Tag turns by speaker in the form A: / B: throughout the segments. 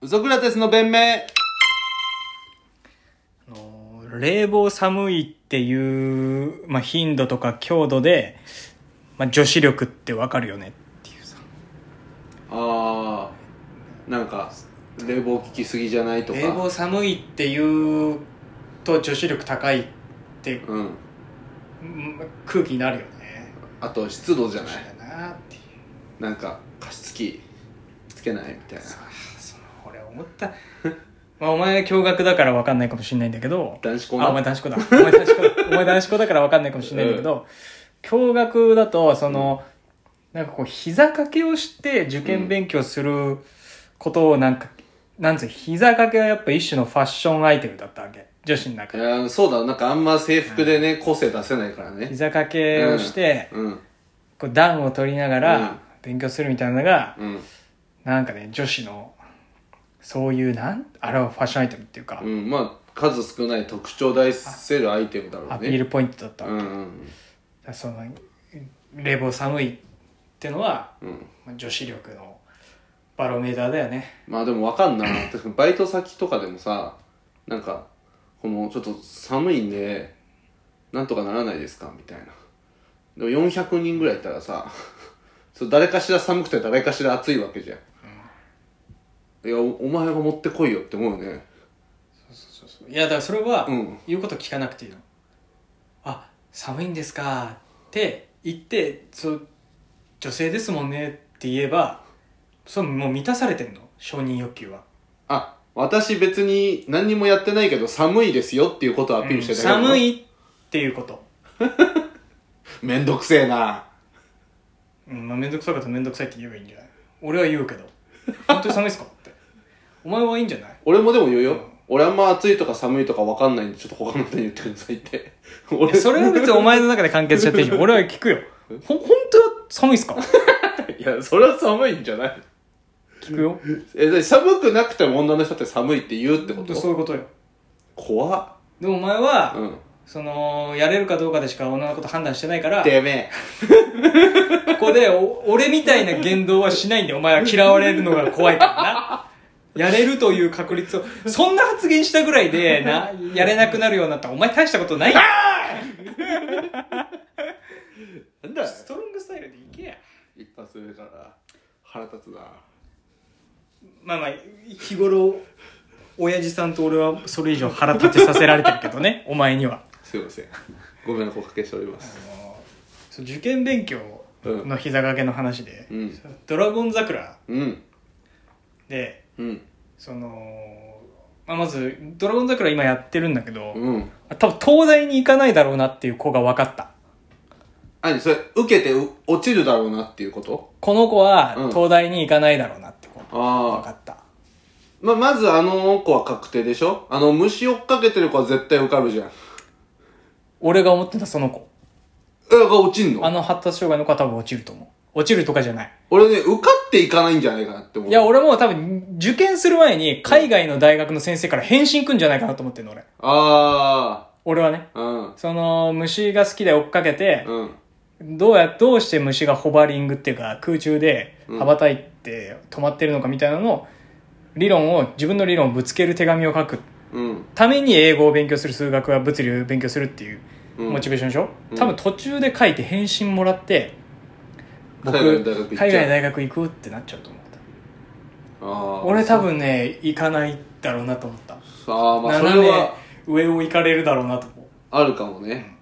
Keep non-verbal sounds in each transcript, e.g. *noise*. A: ウソクラテスの弁明
B: あの冷房寒いっていう、まあ、頻度とか強度で、まあ、女子力ってわかるよねっていうさ
A: あーなんか冷房効きすぎじゃないとか
B: 冷房寒いっていうと女子力高いって、
A: うん
B: うん空気になるよね
A: あと湿度じゃ
B: 女
A: な
B: 子
A: い
B: だなっていう
A: なんか加湿器つけないみたいな
B: さあその俺思った *laughs* まあお前驚愕だからわかんないかもしれないんだけど
A: 男子校
B: あ、お
A: な
B: 前男子校だ。お前男子校
A: *laughs*
B: だ。お前男子校だから分かんないかもしれないんだけど、共学だと、その、なんかこう、膝掛けをして受験勉強することをなんか、なんつう、膝掛けはやっぱ一種のファッションアイテムだったわけ。女子の中
A: い
B: で。
A: やそうだなんかあんま制服でね、個性出せないからね
B: 膝掛けをして、
A: うん
B: こう、段を取りなが
A: うん
B: ら勉強するみたいなのが、
A: うん
B: なんかね、女子の、そういう、なん、あれはファッションアイテムっていうか
A: う、んまあ数少ない特徴出せるアイテムだろうね
B: アピールポイントだったわ
A: う
B: け。
A: ん
B: だからその、冷房寒いってのは、
A: うんうん
B: まあ女子力のバロメーターだよね
A: まあでもわかんな確かにバイト先とかでもさなんかこのちょっと寒いんでなんとかならないですかみたいなでも400人ぐらいいたらさそう誰かしら寒くて誰かしら暑いわけじゃん、いやおお前が持ってこいよって思うよね
B: いやだからそれは
A: うん
B: 言うこと聞かなくていいの、あ寒いんですかって言ってそう女性ですもんねって言えばそうもう満たされてんの承認欲求は
A: あ私別に何にもやってないけど寒いですよっていうことをアピールしてた
B: 寒いっていうこと、
A: めんどくせえな
B: うんまあ、めんどくさいことめんどくさいって言えばいいんじゃない俺は言うけど本当に寒いですかってお前はいいんじゃない
A: 俺もでも言うよ、俺あんま暑いとか寒いとかわかんないんでちょっと他の人に言ってくださいって
B: い
A: 俺
B: やそれは別にお前の中で完結しちゃっていいよ俺は聞くよほ本当は寒いっすか
A: いや、それは寒いんじゃない
B: 聞くよ
A: え、で寒くなくても女の人って寒いって言うってこ
B: 本
A: と
B: 当そういうことよ
A: 怖っ。
B: でもお前は、
A: うん。
B: そのやれるかどうかでしか女のこと判断してないからこ
A: てめ
B: こでお俺みたいな言動はしないんでお前は嫌われるのが怖いからなやれるという確率をそんな発言したぐらいでなやれなくなるようになったらお前大したことないよ
A: え。なんだ
B: ストロングスタイルでいけや
A: 一発目から腹立つな。
B: まあまあ日頃親父さんと俺はそれ以上腹立てさせられてるけどねお前には
A: すいません。ご迷惑おかけしております。
B: そう受験勉強の膝掛けの話で、
A: うん
B: ドラゴン桜
A: うん。
B: で
A: うん。
B: その、まあ、まず「ドラゴン桜」今やってるんだけど、
A: うん。
B: 多分東大に行かないだろうなっていう子が分かった
A: 何それ、受けてう落ちるだろうなっていうこと
B: この子
A: う
B: は
A: ん
B: 東大に行かないだろうなって子分
A: あ
B: か
A: あ。
B: った、
A: ま、まずあの子は確定でしょあの、虫追っかけてる子は絶対受かるじゃん。
B: 俺が思ってたその子
A: え、が落ちん
B: あ
A: の
B: の発達障害の子は多分落ちると思う落ちるとかじゃない
A: 俺ね、受かっていかないんじゃないかなって思う。
B: いや、俺もう多分受験する前に海外の大学の先生から返信来んじゃないかなと思ってんの俺
A: あ
B: 俺はね
A: あ。うん。
B: その虫が好きで追っかけて、
A: うん。
B: どうや、どうして虫がホバリングっていうか空中で
A: うん
B: 羽ばたいて止まってるのかみたいなのを理論を、自分の理論をぶつける手紙を書く
A: うん。
B: ために英語を勉強する、数学は物理を勉強するっていう
A: うん
B: モチベーションでしょ、
A: うん
B: 多分途中で書いて返信もらって、僕、
A: 海外の大学行っちゃう
B: 海外の大学行くってなっちゃうと思った。
A: あー
B: 俺多分ね、行かないだろうなと思った。
A: ああまあそ
B: 斜
A: れ
B: め
A: は
B: 上を行かれるだろうなと思う。
A: あるかもね、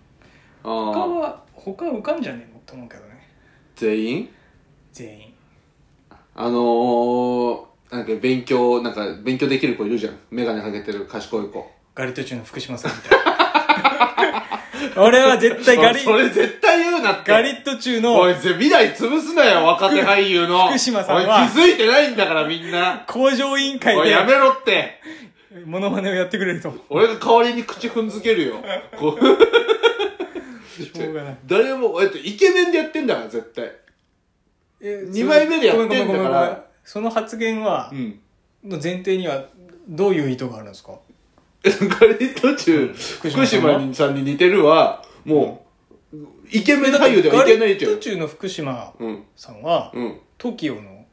B: 他
A: ああ
B: は、他は浮かんじゃねえのと思うけどね。
A: 全員
B: 全員。
A: あのー、なんか勉強なんか勉強できる子いるじゃん眼鏡かけてる賢い子
B: ガリトチュの福島さんみたいな。 *laughs* 俺は絶対ガリ
A: そ、れ絶対言うなって
B: ガリットチュ
A: おい
B: の
A: ぜ未来潰すなよ若手俳優の
B: 福島さんは
A: おい気づいてないんだからみんな
B: 工場委員会
A: おいやめ
B: で
A: ろって
B: モノマネをやってくれると思う。
A: 俺が代わりに口踏んづけるよこう
B: しょうがない。
A: 誰もえっとイケメンでやってんだから絶対二枚目でやってんだから
B: ごめごめごめごめその発言は
A: う、ん
B: の前提には、どういう意図があるんですか
A: ガリット中、福
B: 福島
A: 島
B: さんは
A: さんに似てるは、もう、イケメン俳優ではいけないじゃ
B: ガリ
A: ん
B: ット。チュの福島
A: うん。
B: さんは、
A: うん。
B: TOKIO の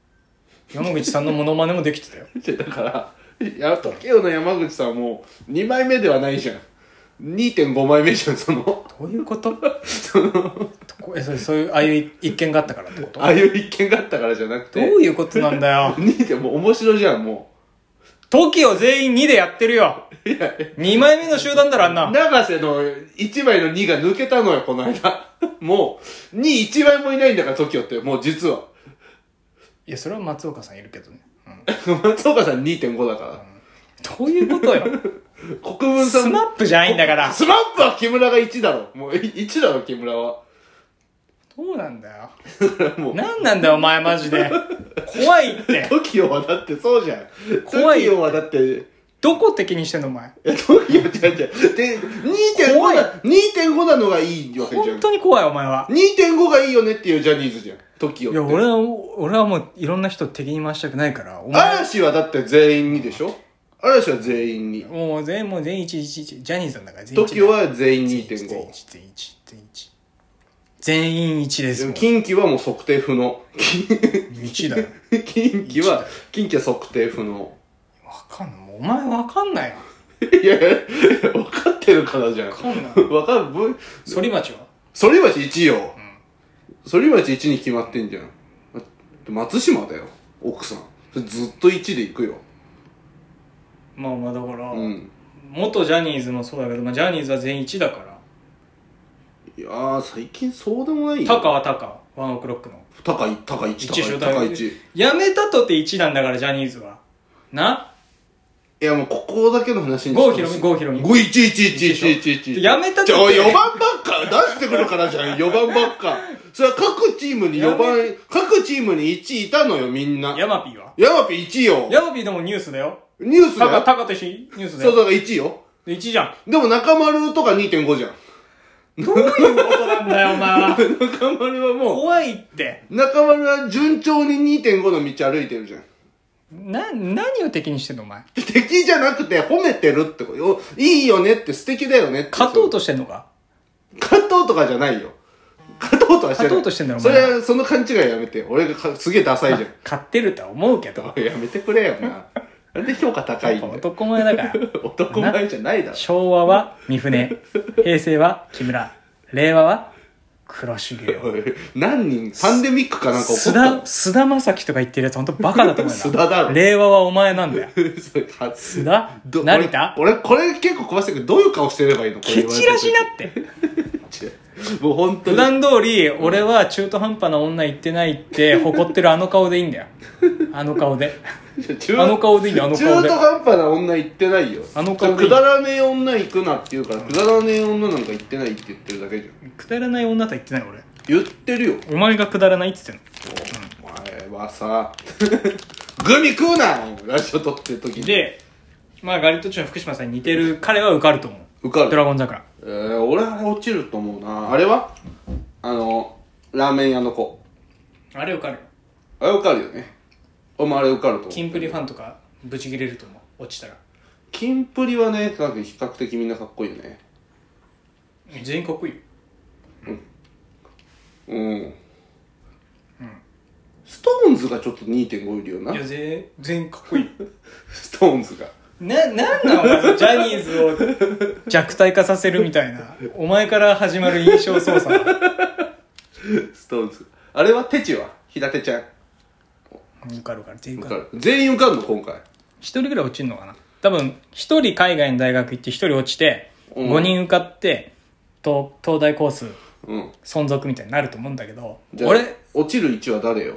B: 山口さんのモノマネもできてた
A: *laughs*
B: よ
A: じゃだからやっとけよの山口さんも2枚目ではないじゃん2.5枚目じゃんその
B: どういう *laughs* ことえそれそういうああいう一見があったからってこと
A: ああいう一件があったからじゃなく
B: ど
A: て
B: ういうことなんだよ
A: 2でもう面白いじゃんも
B: TOKIO 全員2でやってるよ
A: ういや
B: 2枚目の集団だろあんな
A: 永瀬の1枚の2が抜けたのよこの間 *laughs* もう21枚もいないんだから TOKIO ってもう実は
B: いやそれは松岡さんいるけどね、うん、
A: 松岡さん2.5だか
B: どういうこと *laughs* よ
A: ら国分さん
B: スマップじゃないんだから
A: スマップは木村が1だろもう1だろ木村は
B: どうなんだよ
A: だから *laughs* もう
B: 何なんだよお前マジで怖いって
A: トキオはだってそうじゃん。
B: 怖い
A: トキオはだって、い
B: どこ敵にしてんのお前
A: や、トキオじゃんじゃん。で、2.5
B: 怖い
A: な、2.5なのがいいわけじゃん
B: 本。当に怖いお前は
A: 2.5がいいよねっていうジャニーズじゃん。トキオっ
B: い
A: て。
B: や俺は俺はもういろんな人を敵に回したくないからお前
A: 嵐はだって全員にでしょ嵐は全員に。
B: もう全員もう全員111ジャニーズなんだから全員
A: トキオは全員
B: 全員1全員
A: 2.5。
B: 1全員1全員1全員1です
A: で
B: も
A: も
B: ん
A: 近畿はもう測定不能。 *laughs*
B: 1だよ
A: 近畿は、近畿は測定不能。
B: 分かんないもうお前分かんないよ
A: いやいや、分かってるからじゃん。
B: 分かんない
A: 分かるぶ
B: *laughs* 反町は
A: 反町1よ、反町1に決まってんじゃん松島だよ奥さんそれずっと1で行くよ
B: まあまあだから、
A: うん
B: 元ジャニーズもそうだけど、まあ、ジャニーズは全員1だから
A: いやー最近そうでもないよ
B: タカはタカワンオクロックの
A: 高い高い1
B: 1でしょ
A: 高い
B: だ
A: 1い
B: やめたとて1なんだからジャニーズはな
A: やもうここだけの話に
B: 郷ひろみ郷ひろみ
A: 5 1 1 1 1 1
B: やめたって
A: じゃあ4番ばっか出してくるからじ
B: *laughs*
A: ゃん4番ばっかそれは各チームに4番各チームに1いたのよみんな
B: ヤマピーは
A: ヤマピ1よ
B: ヤマピーでもニュースだよ
A: ニュース
B: タ
A: だ
B: カ
A: よ
B: タカと一緒にニュースだ
A: そう
B: よ
A: そう1よ
B: で1じゃん
A: でも中丸とか2.5じゃん
B: どういうことなんだよお前は
A: *laughs* 中丸はも
B: 怖いって
A: う、中丸は順調に2.5の道歩いてるじゃん。
B: な何を敵にしてんのお前
A: 敵じゃなくて褒めてるってことよ。いいよねって素敵だよねって。
B: 勝とうとしてんのか
A: 勝とうとかじゃないよ。勝とうとはしてない。
B: 勝とうとしてんだろお
A: そ
B: 前
A: れは、その勘違いやめて。俺がかすげえダサいじゃん。
B: 勝ってるとは思うけど
A: やめてくれよな。なんで評価高いんだよ。
B: 男前だから
A: *laughs* 男前じゃないだろ。
B: 昭和は三船平成は木村令和は黒重 *laughs*
A: おい何人、パンデミックかなんか起こ
B: 須
A: ったの
B: 田須田将暉とか言ってるやつ本当バカだ *laughs* と思うよ
A: 須田だろ
B: 令和はお前なんだよ
A: *laughs* それは
B: 須田
A: ど
B: 成田
A: 俺、俺これ結構壊してくる。どういう顔してればいいのこれ
B: 蹴
A: 言われ
B: 散
A: た
B: ら
A: 時
B: しなって
A: もう本当
B: 普
A: に。
B: 段通り俺は中途半端な女言ってないって誇ってるあの顔でいいんだよあの顔で
A: 中
B: *laughs* あの顔でいいんだよあの顔
A: 中
B: で
A: 途半端な女言ってないよ
B: あの顔でいい
A: くだらねえ女行くなって言うからくだらねえ女なんか言ってないって言ってるだけじゃん
B: くだらない女とは言ってない俺
A: 言ってるよ
B: お前がくだらないって言って
A: お前はさ *laughs* グミ食うなラジオ撮ってる時
B: んの
A: に
B: でまあガリットチュウの福島さんに似てる彼は受かると思う
A: 受かる
B: ドラゴン桜
A: えー、俺あれ落ちると思うなあれはあのラーメン屋の子
B: あれ受かるよ
A: あれ受かるよね俺もあれ受かると思う
B: キンプリファンとかブチ切れると思う落ちたら
A: キンプリはねなんか比較的みんなかっこいいよね
B: 全員かっこいいよ
A: うんストーンズがちょっと2.5いるよない
B: や全全員かっこいいよ
A: ストーンズが
B: な、なんなのお前ジャニーズを弱体化させるみたいな。お前から始まる印象操作。
A: ストーンズあれはテチはひだてちゃん
B: 受かるから、全員
A: 受
B: 受
A: か
B: かる。
A: る全員受かるの今回
B: 一人ぐらい落ちるのかな多分、一人海外の大学行って一人落ちて、
A: うん
B: 五人受かって、と東大コース
A: うん
B: 存続みたいになると思うんだけど、
A: じゃあ
B: 俺、
A: 落ちる位置は誰よ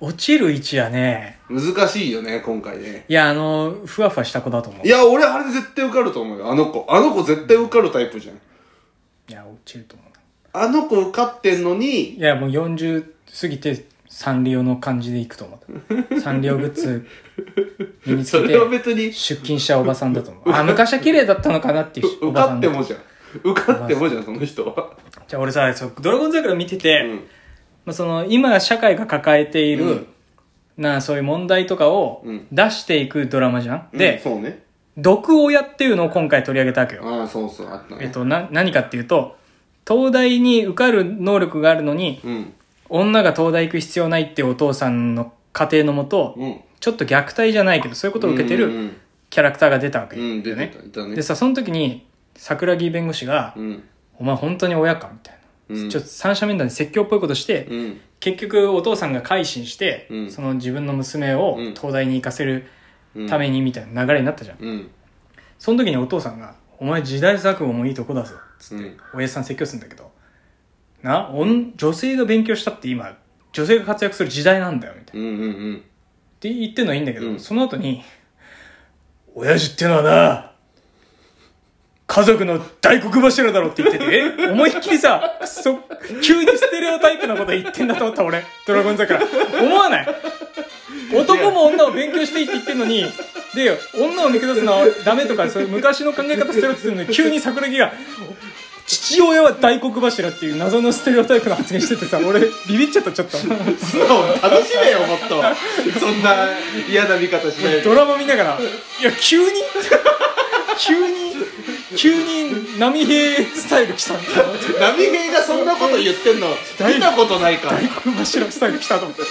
B: 落ちる位置やね。
A: 難しいよね今回ね
B: いや、あの、ふわふわした子だと思う。
A: い
B: い
A: や俺あれ絶対受かると思うよあの子あの子絶対受かるタイプじゃん
B: や、落ちると思う。
A: あの子受かってんのに
B: いや、もう40過ぎて、サンリオの感じで行くと思う。サンリオグッズ身につ
A: そ
B: けて
A: れは。別に
B: 出勤したおばさんだと思う。あ、昔は綺麗だったのかなっていう
A: 受
B: おばさ
A: か
B: ん
A: って
B: だと思う。
A: もじゃん受かってもじゃんその人は
B: じゃあ俺さ、そうドラゴン桜見て
A: う
B: て、
A: ん
B: まあ、その今社会が抱えている、
A: うん
B: なあそういう問題とかを
A: うん
B: 出していくドラマじゃん。で、
A: うんそうね
B: 毒親っていうのを今回取り上げたわけよ。
A: ああそうそうあったね
B: えっと、な、何かっていうと、東大に受かる能力があるのに、
A: うん
B: 女が東大行く必要ないってお父さんの家庭のもと、
A: うん
B: ちょっと虐待じゃないけど、そういうことを受けて
A: う
B: る
A: ん
B: キャラクターが出たわけ
A: う
B: だ
A: ん、うん、
B: よ
A: 出て
B: ね。
A: たいたね
B: でさ、その時に、桜木弁護士が、
A: うん
B: お前本当に親かみたいな。
A: うん
B: ちょっと三者面談で説教っぽいことして、
A: うん
B: 結局お父さんが改心して、
A: うん
B: その自分の娘を
A: うん
B: 東大に行かせる
A: うん
B: ためにみたいな流れになったじゃん。
A: うん
B: その時にお父さんが、お前時代錯誤もいいとこだぞ。
A: うん
B: 親父さん説教するんだけど、な、女女性が勉強したって今、女性が活躍する時代なんだよ、みたいな。
A: うんうん
B: って言ってんのはいいんだけど、
A: うん
B: その後に、親父ってのはな、家族の大黒柱だろって言ってて、え思いっきりさ、くそ、急にステレオタイプなこと言ってんだと思った俺、ドラゴン桜。思わない男も女を勉強していいって言ってんのに、で、女を見下すのはダメとか、そういう昔の考え方してるって言ってるのに、急に桜木が、父親は大黒柱っていう謎のステレオタイプの発言しててさ、俺、ビビっちゃった、ちょっと。
A: 素直に楽しめよもっとそんな嫌な見方しないで
B: ドラマ見ながら、いや、急に、急に、急に、波平スタイル来たんだ。
A: 波平がそんなこと言ってんの見たことないから
B: 大黒柱スタイル来たと思って。